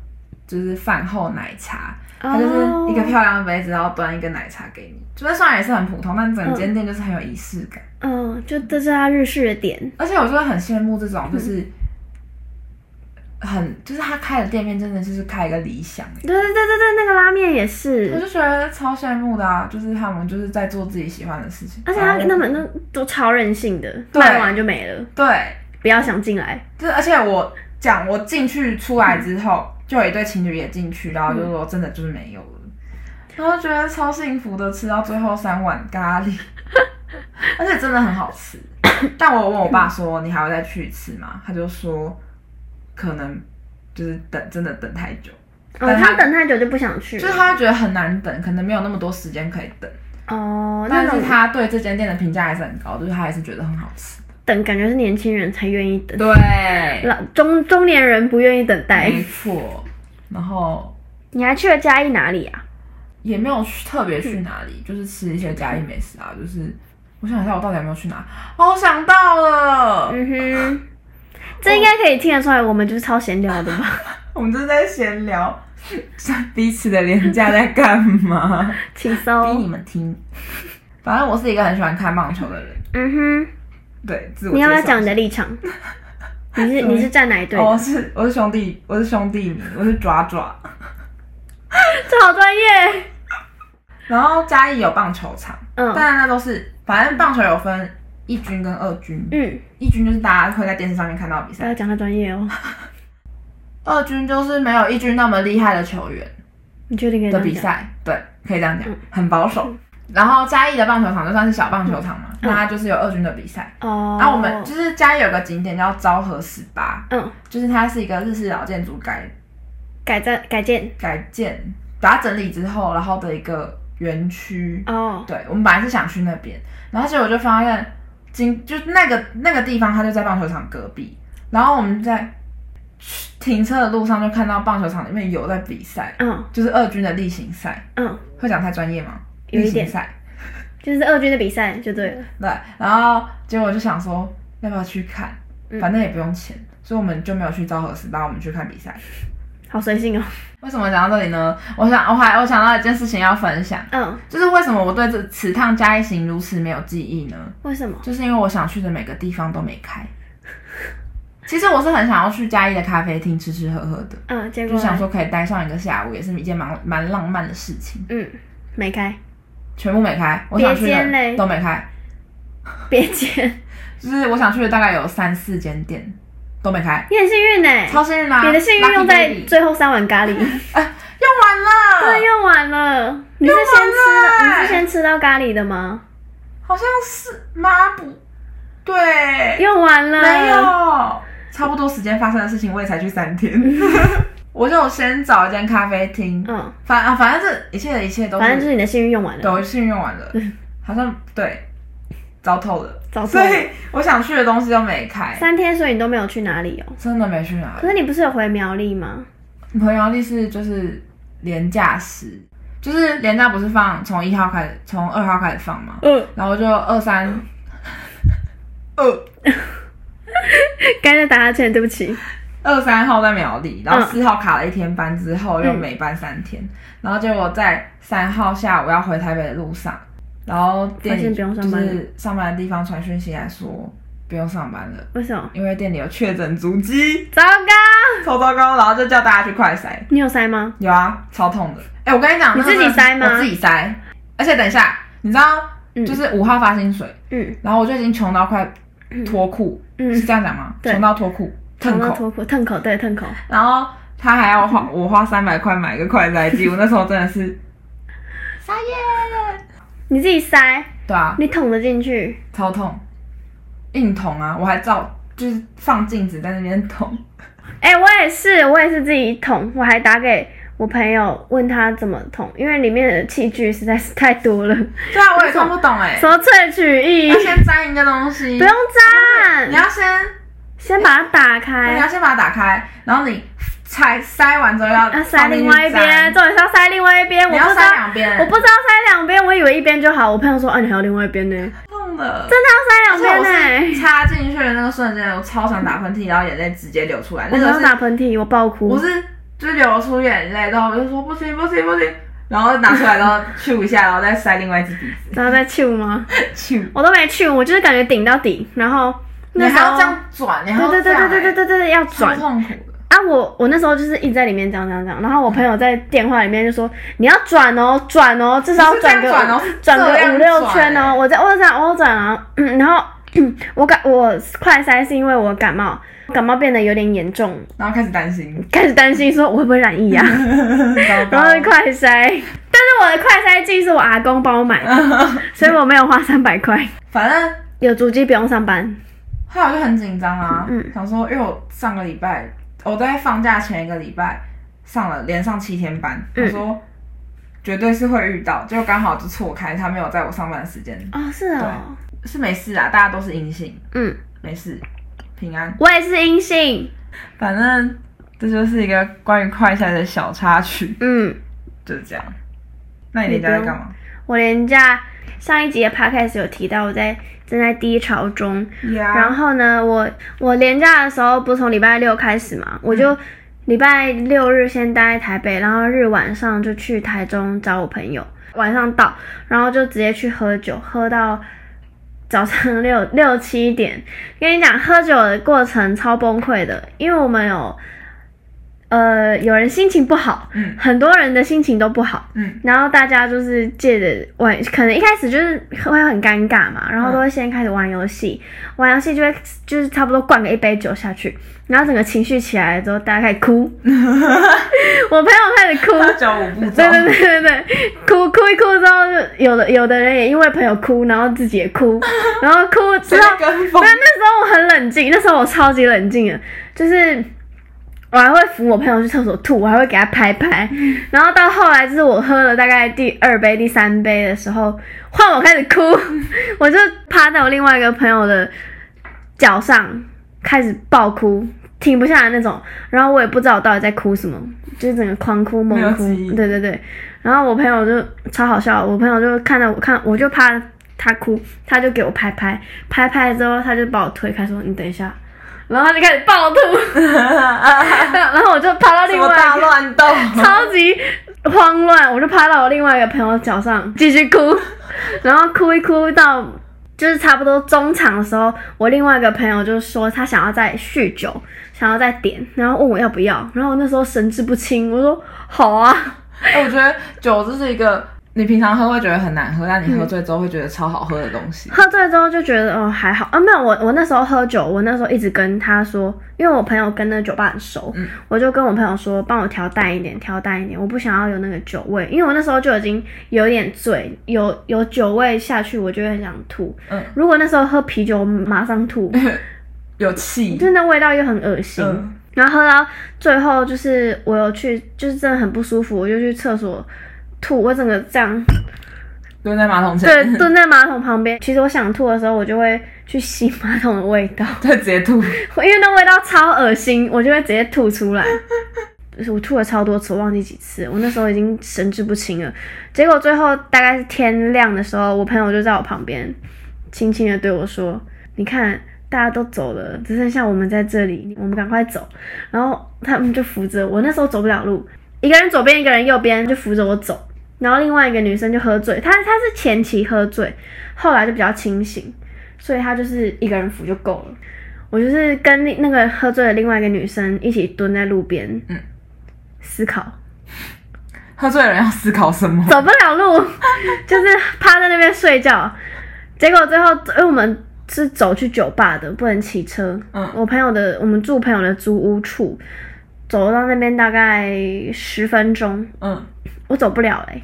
[SPEAKER 2] 就是饭后奶茶，它就是一个
[SPEAKER 1] 哦，
[SPEAKER 2] 漂亮的杯子，然后端一个奶茶给你。就算虽然也是很普通，但整间店就是很有仪式感。
[SPEAKER 1] 嗯，就这是他日式的点，
[SPEAKER 2] 而且我就会很羡慕这种，就是
[SPEAKER 1] 嗯
[SPEAKER 2] 很就是他开的店面真的就是开一个理想欸。
[SPEAKER 1] 对对对对对，那个拉面也
[SPEAKER 2] 我
[SPEAKER 1] 是，
[SPEAKER 2] 就觉得超羡慕的啊！就是他们就是在做自己喜欢的事情，
[SPEAKER 1] 而且他
[SPEAKER 2] 然后
[SPEAKER 1] 那么那都超任性的，
[SPEAKER 2] 对
[SPEAKER 1] 卖完就没了，
[SPEAKER 2] 对，
[SPEAKER 1] 不要想进来。
[SPEAKER 2] 就是而且我讲我进去出来之后，就有一对情侣也进去，然后
[SPEAKER 1] 嗯
[SPEAKER 2] 就说真的就是没有了，然后觉得超幸福的，吃到最后三碗咖喱， [laughs] 而且真的很好吃。但我问我爸说你还会再去一次吗？他就说可能就是等真的等太久，
[SPEAKER 1] 哦，
[SPEAKER 2] 但他
[SPEAKER 1] 他等太久就不想去了，
[SPEAKER 2] 就是他会觉得很难等，可能没有那么多时间可以等。
[SPEAKER 1] 哦，那
[SPEAKER 2] 但是
[SPEAKER 1] 种
[SPEAKER 2] 他对这间店的评价还是很高，就是他还是觉得很好吃。
[SPEAKER 1] 等感觉是年轻人才愿意等，
[SPEAKER 2] 对，
[SPEAKER 1] 老中中年人不愿意等待。
[SPEAKER 2] 没错。然后
[SPEAKER 1] 你还去了嘉义哪里啊？
[SPEAKER 2] 也没有去特别
[SPEAKER 1] 嗯
[SPEAKER 2] 去哪里，就是吃一些嘉义美食啊。就是我想一下，我到底有没有去哪？哦，我想到了，
[SPEAKER 1] 嗯哼，这应该可以听得出来，我们就是超闲聊的
[SPEAKER 2] [laughs]
[SPEAKER 1] 吧？
[SPEAKER 2] 我们就是在闲聊 [laughs] 彼此的廉价在
[SPEAKER 1] [laughs]
[SPEAKER 2] 干嘛，
[SPEAKER 1] 请
[SPEAKER 2] 逼你
[SPEAKER 1] 搜。
[SPEAKER 2] 们听。反正我是一个很喜欢看棒球的人，
[SPEAKER 1] 嗯
[SPEAKER 2] 对，自
[SPEAKER 1] 哼，
[SPEAKER 2] 我
[SPEAKER 1] 你要不要
[SPEAKER 2] 介绍嗯
[SPEAKER 1] 讲你的立场？你是你是站哪一队的？
[SPEAKER 2] 哦，我是我是兄弟，我是兄弟迷，我是爪爪。
[SPEAKER 1] 这好专业。
[SPEAKER 2] 然后嘉义有棒球场，
[SPEAKER 1] 嗯
[SPEAKER 2] 但那都是反正棒球有分一军跟二军，
[SPEAKER 1] 嗯，
[SPEAKER 2] 一军就是大家会在电视上面看到的比
[SPEAKER 1] 不
[SPEAKER 2] 赛
[SPEAKER 1] 要，讲太专业哦。
[SPEAKER 2] 二军就是没有一军那么厉害的球员
[SPEAKER 1] 你确定可以这
[SPEAKER 2] 的
[SPEAKER 1] 样
[SPEAKER 2] 比
[SPEAKER 1] 讲？嗯
[SPEAKER 2] 赛，对，可以这样讲，很保守。然后嘉义的棒球场就算是小棒球场嘛，
[SPEAKER 1] 嗯
[SPEAKER 2] 那它就是有二军的比赛。
[SPEAKER 1] 哦，
[SPEAKER 2] 啊然后我们就是嘉义有个景点叫昭和十八，
[SPEAKER 1] 嗯
[SPEAKER 2] 就是它是一个日式老建筑改
[SPEAKER 1] 改造改建
[SPEAKER 2] 改建，把它整理之后，然后的一个园区。
[SPEAKER 1] 哦，
[SPEAKER 2] 对，我们本来是想去那边，然后结果就发现，今就那个那个地方，它就在棒球场隔壁。然后我们在停车的路上就看到棒球场里面有在比赛，
[SPEAKER 1] 嗯
[SPEAKER 2] 就是二军的例行赛，
[SPEAKER 1] 嗯，
[SPEAKER 2] 会讲太专业吗？
[SPEAKER 1] 有
[SPEAKER 2] 例
[SPEAKER 1] 一
[SPEAKER 2] 行
[SPEAKER 1] 点
[SPEAKER 2] 赛，
[SPEAKER 1] 就是二军的比赛就对了。
[SPEAKER 2] 对。然后结果我就想说，要不要去看？
[SPEAKER 1] 嗯
[SPEAKER 2] 反正也不用钱，所以我们就没有去昭和十八，我们去看比赛。
[SPEAKER 1] 好随性哦。
[SPEAKER 2] 为什么讲到这里呢？我想，我还我想到一件事情要分享，
[SPEAKER 1] 嗯，
[SPEAKER 2] 就是为什么我对这此趟嘉义行如此没有记忆呢？
[SPEAKER 1] 为什么？
[SPEAKER 2] 就是因为我想去的每个地方都没开。其实我是很想要去嘉义的咖啡厅吃吃喝喝的，
[SPEAKER 1] 嗯，结果
[SPEAKER 2] 就
[SPEAKER 1] 呢
[SPEAKER 2] 想说可以待上一个下午，也是一件蛮蛮浪漫的事情。
[SPEAKER 1] 嗯没开，
[SPEAKER 2] 全部没开，我想去
[SPEAKER 1] 别间嘞
[SPEAKER 2] 的都没开，
[SPEAKER 1] 别接，
[SPEAKER 2] 就是我想去的大概有三四间店都没开，
[SPEAKER 1] 你很幸运呢、
[SPEAKER 2] [laughs] 超幸运啦、
[SPEAKER 1] 你的幸运用在
[SPEAKER 2] Lucky Baby
[SPEAKER 1] 最后三碗咖喱，
[SPEAKER 2] 用完
[SPEAKER 1] 对，
[SPEAKER 2] 了，
[SPEAKER 1] 用完了。你是先吃
[SPEAKER 2] 用完
[SPEAKER 1] 到，
[SPEAKER 2] 了
[SPEAKER 1] 你是先吃到咖喱的吗？
[SPEAKER 2] 好像是吗？不对，
[SPEAKER 1] 用完了，
[SPEAKER 2] 没有，差不多时间发生的事情，我也才去三天。 [laughs] 我就先找一间咖啡厅，
[SPEAKER 1] 嗯，
[SPEAKER 2] 反啊，反正这一切的一切都
[SPEAKER 1] 反正就是是你的幸运用完
[SPEAKER 2] 都
[SPEAKER 1] 了，
[SPEAKER 2] 是用完了，好像对，糟透了，
[SPEAKER 1] 糟透
[SPEAKER 2] 所
[SPEAKER 1] 了
[SPEAKER 2] 以我想去的东西都没开，
[SPEAKER 1] 三天，所以你都没有去哪里哦。
[SPEAKER 2] 真的没去哪
[SPEAKER 1] 可
[SPEAKER 2] 里。
[SPEAKER 1] 是你不是有回苗栗吗？
[SPEAKER 2] 朋友力是就是廉价时，就是廉价不是放从一号开始，从二号开始放嘛，
[SPEAKER 1] 嗯，
[SPEAKER 2] 然后就二三
[SPEAKER 1] [laughs]
[SPEAKER 2] 二
[SPEAKER 1] 该在打哈欠，对不起。
[SPEAKER 2] 二三号在苗栗，然
[SPEAKER 1] 嗯
[SPEAKER 2] 后四号卡了一天班之后又没班三天，然后结果在三号下午要回台北的路上，然后店
[SPEAKER 1] 发现
[SPEAKER 2] 里
[SPEAKER 1] 不用
[SPEAKER 2] 就
[SPEAKER 1] 上班了
[SPEAKER 2] 是上班的地方传讯息来说不用上班了，
[SPEAKER 1] 为什么？
[SPEAKER 2] 因为店里有确诊足迹， [laughs]
[SPEAKER 1] 糟糕！
[SPEAKER 2] 超糟糕，然后就叫大家去快筛，
[SPEAKER 1] 你有塞吗？
[SPEAKER 2] 有啊，超痛的。哎、我跟你讲，
[SPEAKER 1] 你
[SPEAKER 2] 那个
[SPEAKER 1] 自己
[SPEAKER 2] 真的是
[SPEAKER 1] 塞吗
[SPEAKER 2] 我自己塞，而且等一下，你知道，
[SPEAKER 1] 嗯
[SPEAKER 2] 就是五号发薪水，
[SPEAKER 1] 嗯
[SPEAKER 2] 然后我就已经穷到快脱裤，是
[SPEAKER 1] 嗯，
[SPEAKER 2] 这样讲吗？
[SPEAKER 1] 对
[SPEAKER 2] 穷到脱裤，
[SPEAKER 1] 疼
[SPEAKER 2] 腾
[SPEAKER 1] 到
[SPEAKER 2] 口。
[SPEAKER 1] 脱裤，腾口，对，腾口。
[SPEAKER 2] 然后他还要花我花三百块买个快
[SPEAKER 1] [laughs]
[SPEAKER 2] 塞机，我那时候真的是傻眼。
[SPEAKER 1] 你自己塞，
[SPEAKER 2] 对啊，
[SPEAKER 1] 你捅得进去，
[SPEAKER 2] 超痛，硬捅啊！我还照就是放镜子在那边捅，
[SPEAKER 1] 哎、我也是，我也是自己捅，我还打给我朋友问他怎么捅，因为里面的器具实在是太多了，
[SPEAKER 2] 对啊，我也看不懂哎、
[SPEAKER 1] 什么萃取液
[SPEAKER 2] 要，先粘一个东西，
[SPEAKER 1] 不用
[SPEAKER 2] 你
[SPEAKER 1] 粘，
[SPEAKER 2] 要先，
[SPEAKER 1] 先把它打
[SPEAKER 2] 对你要
[SPEAKER 1] 开，
[SPEAKER 2] 先把它打开，然后你塞塞完之后要
[SPEAKER 1] 要啊塞
[SPEAKER 2] 放进去
[SPEAKER 1] 另外一边，
[SPEAKER 2] 粘
[SPEAKER 1] 重点是要塞另外一边，我
[SPEAKER 2] 你
[SPEAKER 1] 不
[SPEAKER 2] 要
[SPEAKER 1] 知道
[SPEAKER 2] 塞，两边，
[SPEAKER 1] 我不知道塞两边，我以为一边就好，我朋友说，啊，你还有另外一边呢，真
[SPEAKER 2] 痛了，
[SPEAKER 1] 的要塞两
[SPEAKER 2] 而且我
[SPEAKER 1] 边
[SPEAKER 2] 是
[SPEAKER 1] 呢，
[SPEAKER 2] 插进去的那个瞬间，我超想打喷嚏，然后眼泪直接流出来，
[SPEAKER 1] 我
[SPEAKER 2] 那
[SPEAKER 1] 刚
[SPEAKER 2] 个
[SPEAKER 1] 刚
[SPEAKER 2] 是
[SPEAKER 1] 打喷嚏，我爆哭
[SPEAKER 2] 我，是就是流出眼泪，然后我就说不行不行不行，然后拿出来，然后咻一下，然后再塞另外一只鼻
[SPEAKER 1] 然后再去吗？
[SPEAKER 2] 子，咻，
[SPEAKER 1] 我都没去，我就是感觉顶到底，然后
[SPEAKER 2] 你
[SPEAKER 1] [laughs] 那时
[SPEAKER 2] 还
[SPEAKER 1] 候
[SPEAKER 2] 要这，样转，你还
[SPEAKER 1] 对
[SPEAKER 2] 要
[SPEAKER 1] 对
[SPEAKER 2] 这
[SPEAKER 1] 对
[SPEAKER 2] 样、
[SPEAKER 1] 对对对
[SPEAKER 2] 对，
[SPEAKER 1] 对对，要
[SPEAKER 2] 超
[SPEAKER 1] 转。
[SPEAKER 2] 痛苦的。
[SPEAKER 1] 啊，我我那时候就是一直在里面讲讲讲，然后我朋友在电话里面就说你要转哦转哦，至少
[SPEAKER 2] 不是这
[SPEAKER 1] 转
[SPEAKER 2] 样
[SPEAKER 1] 个
[SPEAKER 2] 转哦
[SPEAKER 1] 五
[SPEAKER 2] 是
[SPEAKER 1] 转
[SPEAKER 2] 这样
[SPEAKER 1] 个五六
[SPEAKER 2] 转
[SPEAKER 1] 圈哦
[SPEAKER 2] 欸。
[SPEAKER 1] 我在我转我转啊，嗯然后我感我快塞是因为我感冒，感冒变得有点严重，
[SPEAKER 2] 然后开始
[SPEAKER 1] [laughs]
[SPEAKER 2] 担心，
[SPEAKER 1] 开始担心说我会不会染疫啊，
[SPEAKER 2] [laughs] 糟
[SPEAKER 1] 然
[SPEAKER 2] 糕
[SPEAKER 1] 后就快塞。但是我的快塞剂是我阿公帮我买的，所以我没有花三百块。
[SPEAKER 2] [laughs] 反正
[SPEAKER 1] 有足迹不用上班，
[SPEAKER 2] 后来我就很紧张啊，
[SPEAKER 1] 嗯
[SPEAKER 2] 想说，因为我上个礼拜我在放假前一个礼拜上了连上七天班，我
[SPEAKER 1] 嗯
[SPEAKER 2] 说绝对是会遇到，就刚好就错开，他没有在我上班的时间，
[SPEAKER 1] 哦，是哦，
[SPEAKER 2] 是没事啊，大家都是阴性，
[SPEAKER 1] 嗯，
[SPEAKER 2] 没事，平安。
[SPEAKER 1] 我也是阴性，
[SPEAKER 2] 反正这就是一个关于快筛的小插曲，
[SPEAKER 1] 嗯。
[SPEAKER 2] 就是这样。那你连假在干嘛？
[SPEAKER 1] 我连假上一集的 podcast 有提到我在正在低潮中，然
[SPEAKER 2] 呀，
[SPEAKER 1] 后呢，我我连假的时候不是从礼拜六开始嘛，我就礼拜六日先待在台北，然后日晚上就去台中找我朋友，晚上到，然后就直接去喝酒，喝到。早上六六七点，跟你讲，喝酒的过程超崩溃的，因为我们有，呃，有人心情不好，
[SPEAKER 2] 嗯
[SPEAKER 1] 很多人的心情都不好，
[SPEAKER 2] 嗯
[SPEAKER 1] 然后大家就是借着玩，可能一开始就是会很尴尬嘛，然后都会先开始玩游戏，玩游戏就会就是差不多灌个一杯酒下去，然后整个情绪起来了之后，大家开始
[SPEAKER 2] [laughs]
[SPEAKER 1] 哭，我朋友开始哭，
[SPEAKER 2] 喝酒五步骤
[SPEAKER 1] 对，对对对对，哭哭一哭之后，有的有的人也因为朋友哭，然后自己也哭，
[SPEAKER 2] [laughs]
[SPEAKER 1] 然后哭之后
[SPEAKER 2] 在跟风
[SPEAKER 1] 那。那时候我很冷静，那时候我超级冷静的，就是我还会扶我朋友去厕所吐，我还会给他拍拍。然后到后来，就是我喝了大概第二杯、第三杯的时候，换我开始哭， [laughs] 我就趴在我另外一个朋友的脚上开始爆哭。停不下来那种，然后我也不知道我到底在哭什么，就是整个狂哭猛
[SPEAKER 2] 没有
[SPEAKER 1] 哭
[SPEAKER 2] 记，忆
[SPEAKER 1] 对对对。然后我朋友就超好笑，我朋友就看到我看，我就怕他哭，他就给我拍拍，拍拍之后他就把我推开说你等一下，然后他就开始暴吐， [laughs] 然后我就趴到 [laughs]
[SPEAKER 2] 什
[SPEAKER 1] 另
[SPEAKER 2] 么
[SPEAKER 1] 外
[SPEAKER 2] 大
[SPEAKER 1] 一个
[SPEAKER 2] 乱斗？
[SPEAKER 1] [laughs] 超级慌乱，我就趴到我另外一个朋友脚上继续哭， [laughs] 然后哭一哭到。就是差不多中场的时候，我另外一个朋友就说他想要再酗酒，想要再点，然后问我要不要，然后我那时候神志不清，我说好啊，
[SPEAKER 2] 哎，我觉得酒这是一个你平常喝会觉得很难喝，但你喝醉之后会觉得超好喝的东西。
[SPEAKER 1] 喝醉之后就觉得哦还好啊，没有我我那时候喝酒，我那时候一直跟他说，因为我朋友跟那个酒吧很熟，
[SPEAKER 2] 嗯
[SPEAKER 1] 我就跟我朋友说帮我调淡一点，调淡一点，我不想要有那个酒味，因为我那时候就已经有点醉，有有酒味下去，我就会很想吐。
[SPEAKER 2] 嗯
[SPEAKER 1] 如果那时候喝啤酒，我马上吐，
[SPEAKER 2] [laughs] 有气，
[SPEAKER 1] 就那味道又很恶心。
[SPEAKER 2] 嗯，
[SPEAKER 1] 然后喝到最后，就是我有去，就是真的很不舒服，我就去厕所吐，我整个这样，
[SPEAKER 2] 蹲在马桶前， [laughs]
[SPEAKER 1] 对，蹲在马桶旁边。其实我想吐的时候，我就会去吸马桶的味道，
[SPEAKER 2] 对，直接吐。
[SPEAKER 1] 因为那味道超恶心，我就会直接吐出来。 [laughs] 就是我吐了超多次，我忘记几次，我那时候已经神志不清了。结果最后大概是天亮的时候，我朋友就在我旁边，轻轻的对我说：“你看，大家都走了，只剩下我们在这里，我们赶快走。”然后他们就扶着我，那时候走不了路，一个人左边，一个人右边，就扶着我走。然后另外一个女生就喝醉，她她是前期喝醉，后来就比较清醒，所以她就是一个人扶就够了。我就是跟那那个喝醉的另外一个女生一起蹲在路边，
[SPEAKER 2] 嗯
[SPEAKER 1] 思考，
[SPEAKER 2] 喝醉的人要思考什么？
[SPEAKER 1] 走不了路， [laughs] 就是趴在那边睡觉。结果最后，因为我们是走去酒吧的，不能骑车。
[SPEAKER 2] 嗯
[SPEAKER 1] 我朋友的，我们住朋友的租屋处，走到那边大概十分钟，
[SPEAKER 2] 嗯，
[SPEAKER 1] 我走不了嘞、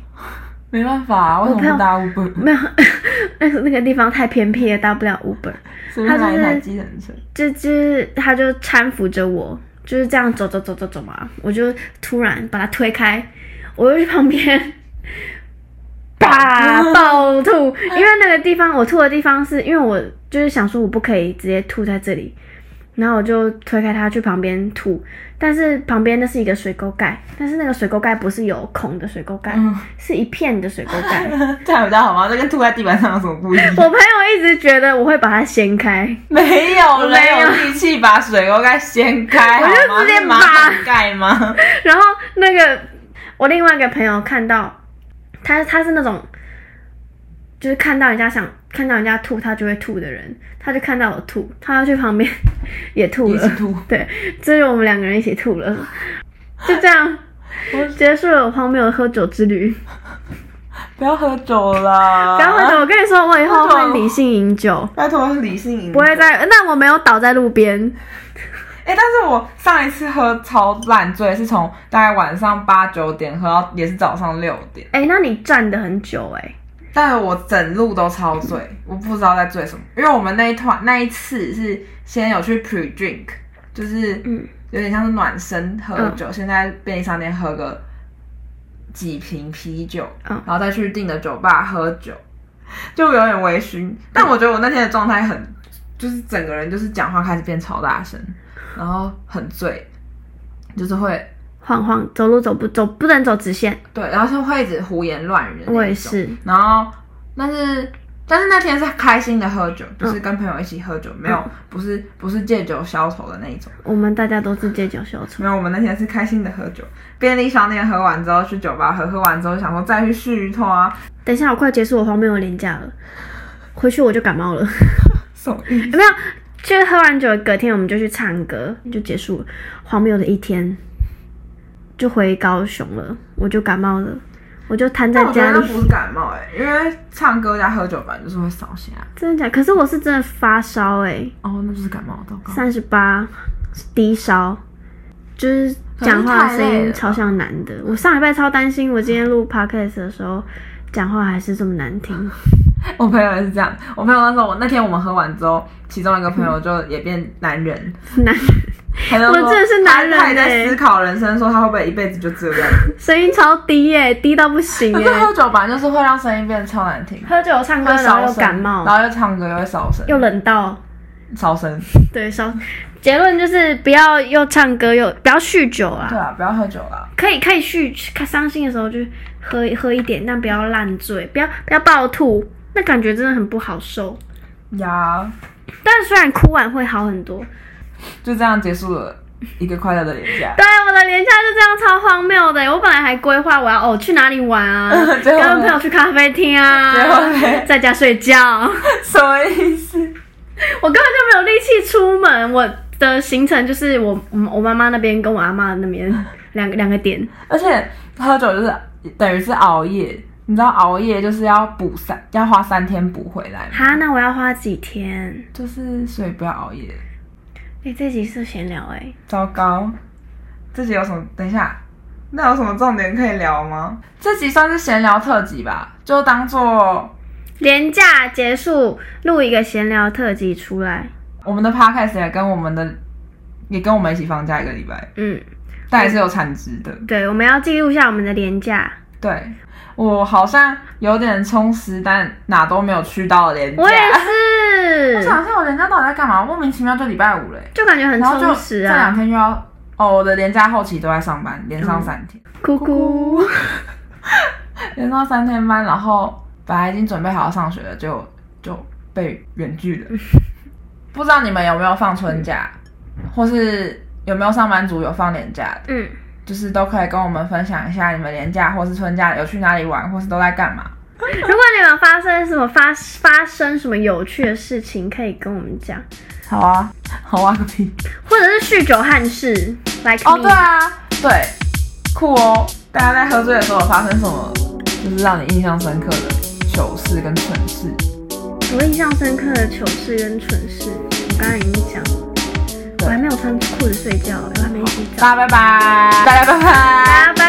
[SPEAKER 2] 没办法、啊，为什
[SPEAKER 1] 我朋
[SPEAKER 2] 么
[SPEAKER 1] 友
[SPEAKER 2] 不搭 Uber？
[SPEAKER 1] 没有， [laughs] 那个那个地方太偏僻了，搭不了 Uber。
[SPEAKER 2] 随便
[SPEAKER 1] 他
[SPEAKER 2] 买
[SPEAKER 1] 就
[SPEAKER 2] 一
[SPEAKER 1] 是
[SPEAKER 2] 台机程车。
[SPEAKER 1] 这只它就搀扶着我，就是这样走走走走走嘛，我就突然把它推开，我又去旁边，啪暴吐，因为那个地方我吐的地方是因为我就是想说我不可以直接吐在这里，然后我就推开它去旁边吐，但是旁边那是一个水沟盖，但是那个水沟盖不是有孔的水沟盖，
[SPEAKER 2] 嗯
[SPEAKER 1] 是一片的水沟盖。
[SPEAKER 2] [laughs] 这样比较好吗？这跟吐在地板上有什么不一样？
[SPEAKER 1] 我朋友一直觉得我会把它掀开，
[SPEAKER 2] 没有
[SPEAKER 1] [laughs]
[SPEAKER 2] 人
[SPEAKER 1] 没有
[SPEAKER 2] 有力气把水沟盖掀开，
[SPEAKER 1] 我就
[SPEAKER 2] 好吗？
[SPEAKER 1] 直接
[SPEAKER 2] 是马桶盖吗？
[SPEAKER 1] [laughs] 然后那个我另外一个朋友看到他，他是那种就是看到人家想看到人家吐，他就会吐的人，他就看到我吐，他要去旁边也吐
[SPEAKER 2] 一
[SPEAKER 1] 了
[SPEAKER 2] 起，吐。
[SPEAKER 1] [laughs] 对，这就我们两个人一起吐了， [laughs] 就这样
[SPEAKER 2] 我
[SPEAKER 1] 结束了我荒谬的喝酒之旅。
[SPEAKER 2] 不要喝酒啦！
[SPEAKER 1] 然后我跟你说，我以后
[SPEAKER 2] 喝酒
[SPEAKER 1] 会理性饮酒，
[SPEAKER 2] 拜托理性饮酒。
[SPEAKER 1] 不会再，那我没有倒在路边，
[SPEAKER 2] 哎、但是我上一次喝超烂醉，是从大概晚上八九点喝到也是早上六点，
[SPEAKER 1] 哎，那你站的很久哎、
[SPEAKER 2] 但我整路都超醉，我不知道在醉什么。因为我们那一团那一次是先有去 pre drink，就是
[SPEAKER 1] 嗯
[SPEAKER 2] 有点像是暖身喝酒，先在便利商店喝个几瓶啤酒，
[SPEAKER 1] 嗯
[SPEAKER 2] 然后再去订的酒吧喝酒，就有点微醺。但我觉得我那天的状态很，就是整个人就是讲话开始变超大声，然后很醉，就是会
[SPEAKER 1] 晃晃走路走不走不能走直线，
[SPEAKER 2] 对，然后就会一直胡言乱语的那一种。
[SPEAKER 1] 我也是，
[SPEAKER 2] 然后，但是但是那天是开心的喝酒，就是跟朋友一起喝酒，没有不是不是借酒消愁的那一种。
[SPEAKER 1] 我们大家都是借酒消愁。
[SPEAKER 2] 没有，我们那天是开心的喝酒，便利商店喝完之后去酒吧喝，喝完之后想说再去续托啊，
[SPEAKER 1] 等一下，我快结束我荒谬的廉假了，回去我就感冒了。 [laughs]
[SPEAKER 2] 什么意思？
[SPEAKER 1] 有没有？就是喝完酒隔天我们就去唱歌，就结束了荒谬的一天，就回高雄了，我就感冒了，我就瘫在
[SPEAKER 2] 但我觉
[SPEAKER 1] 家
[SPEAKER 2] 得那
[SPEAKER 1] 里。
[SPEAKER 2] 不是感冒哎、因为唱歌加喝酒本来就是会烧心啊。
[SPEAKER 1] 真的假？可是我是真的发烧哎、欸，
[SPEAKER 2] 哦，那就是感冒，糟糕。
[SPEAKER 1] 三十八低烧，就是讲话的声
[SPEAKER 2] 可是太累
[SPEAKER 1] 音
[SPEAKER 2] 了
[SPEAKER 1] 超像男的。我上礼拜超担心，我今天录 podcast 的时候讲话还是这么难听。
[SPEAKER 2] 我朋友也是这样，我朋友那时候我那天我们喝完之后，其中一个朋友就也变 [laughs] 男人，
[SPEAKER 1] 男
[SPEAKER 2] 他就说
[SPEAKER 1] 我真的是男人
[SPEAKER 2] 他他也在
[SPEAKER 1] 欸
[SPEAKER 2] 思考人生，说他会不会一辈子就这样。
[SPEAKER 1] 声音超低耶、低到不行
[SPEAKER 2] 可
[SPEAKER 1] 耶、
[SPEAKER 2] 是 [laughs] 喝酒本来就是会让声音变得超难听，
[SPEAKER 1] 喝酒唱歌
[SPEAKER 2] 会
[SPEAKER 1] 啊然后
[SPEAKER 2] 烧
[SPEAKER 1] 又
[SPEAKER 2] 声，
[SPEAKER 1] 感冒，
[SPEAKER 2] 然后又唱歌又会烧声，
[SPEAKER 1] 又冷到，
[SPEAKER 2] 烧声。
[SPEAKER 1] 对烧。结论就是不要又唱歌又不要酗酒
[SPEAKER 2] 对
[SPEAKER 1] 啦，
[SPEAKER 2] 啊，不要喝酒啦。
[SPEAKER 1] 可以可以酗，伤心的时候就喝喝一点，但不要烂醉，不要不要暴吐，那感觉真的很不好受。
[SPEAKER 2] 呀，
[SPEAKER 1] 但虽然哭完会好很多，
[SPEAKER 2] 就这样结束了一个快乐的年
[SPEAKER 1] [laughs]
[SPEAKER 2] 假。
[SPEAKER 1] 对我的廉价就这样超荒谬的耶。我本来还规划我要哦去哪里玩
[SPEAKER 2] [laughs]
[SPEAKER 1] 啊，
[SPEAKER 2] 结
[SPEAKER 1] 跟
[SPEAKER 2] 果呢
[SPEAKER 1] 朋友去咖啡厅
[SPEAKER 2] 结
[SPEAKER 1] 啊
[SPEAKER 2] 果嘞，
[SPEAKER 1] 在家睡觉。 [laughs]
[SPEAKER 2] 什么意思？
[SPEAKER 1] 我根本就没有力气出门，我的行程就是我嗯我妈妈那边跟我阿妈那边两个两个点，
[SPEAKER 2] 而且喝酒就是等于是熬夜，你知道熬夜就是要补三，要花三天补回来嘛。
[SPEAKER 1] 哈，那我要花几天？
[SPEAKER 2] 就是所以不要熬夜。
[SPEAKER 1] 哎、这集是闲聊哎、
[SPEAKER 2] 糟糕，这集有什么？等一下，那有什么重点可以聊吗？这集算是闲聊特辑吧，就当做
[SPEAKER 1] 廉假结束，录一个闲聊特辑出来。
[SPEAKER 2] 我们的 podcast 也跟我们的也跟我们一起放假一个礼拜，
[SPEAKER 1] 嗯，
[SPEAKER 2] 但也是有产值的。
[SPEAKER 1] 对，我们要记录一下我们的廉价。
[SPEAKER 2] 对我好像有点充实，但哪都没有去到连假。
[SPEAKER 1] 我也
[SPEAKER 2] 我
[SPEAKER 1] 是，
[SPEAKER 2] 想一下，我连假到底在干嘛？莫名其妙就礼拜五嘞、欸
[SPEAKER 1] 就感觉很
[SPEAKER 2] 然后就
[SPEAKER 1] 充
[SPEAKER 2] 这
[SPEAKER 1] 实
[SPEAKER 2] 两
[SPEAKER 1] 啊。
[SPEAKER 2] 天又要哦，我的连假后期都在上班，连
[SPEAKER 1] 嗯
[SPEAKER 2] 上三天，
[SPEAKER 1] 哭哭，
[SPEAKER 2] 连上三天班，然后本来已经准备好要上学了，就就被远
[SPEAKER 1] [laughs]
[SPEAKER 2] 距了。不知道你们有没有放春假，或是有没有上班族有放年假的？
[SPEAKER 1] 嗯，
[SPEAKER 2] 就是都可以跟我们分享一下你们年假或是春假有去哪里玩，或是都在干嘛。
[SPEAKER 1] 如果你们发生什么发发生什么有趣的事情，可以跟我们讲，
[SPEAKER 2] 好啊，好啊个屁！
[SPEAKER 1] 或者是酗酒汉室，like
[SPEAKER 2] 哦，
[SPEAKER 1] me
[SPEAKER 2] 对啊，对，酷哦！大家在喝醉的时候有发生什么，就是让你印象深刻的糗事跟蠢事？
[SPEAKER 1] 我印象深刻的糗事跟蠢事，我刚刚已经讲了，我还没有穿裤子睡觉，我还没洗澡。
[SPEAKER 2] 大家拜拜，大家拜拜，
[SPEAKER 1] 大家拜拜。哎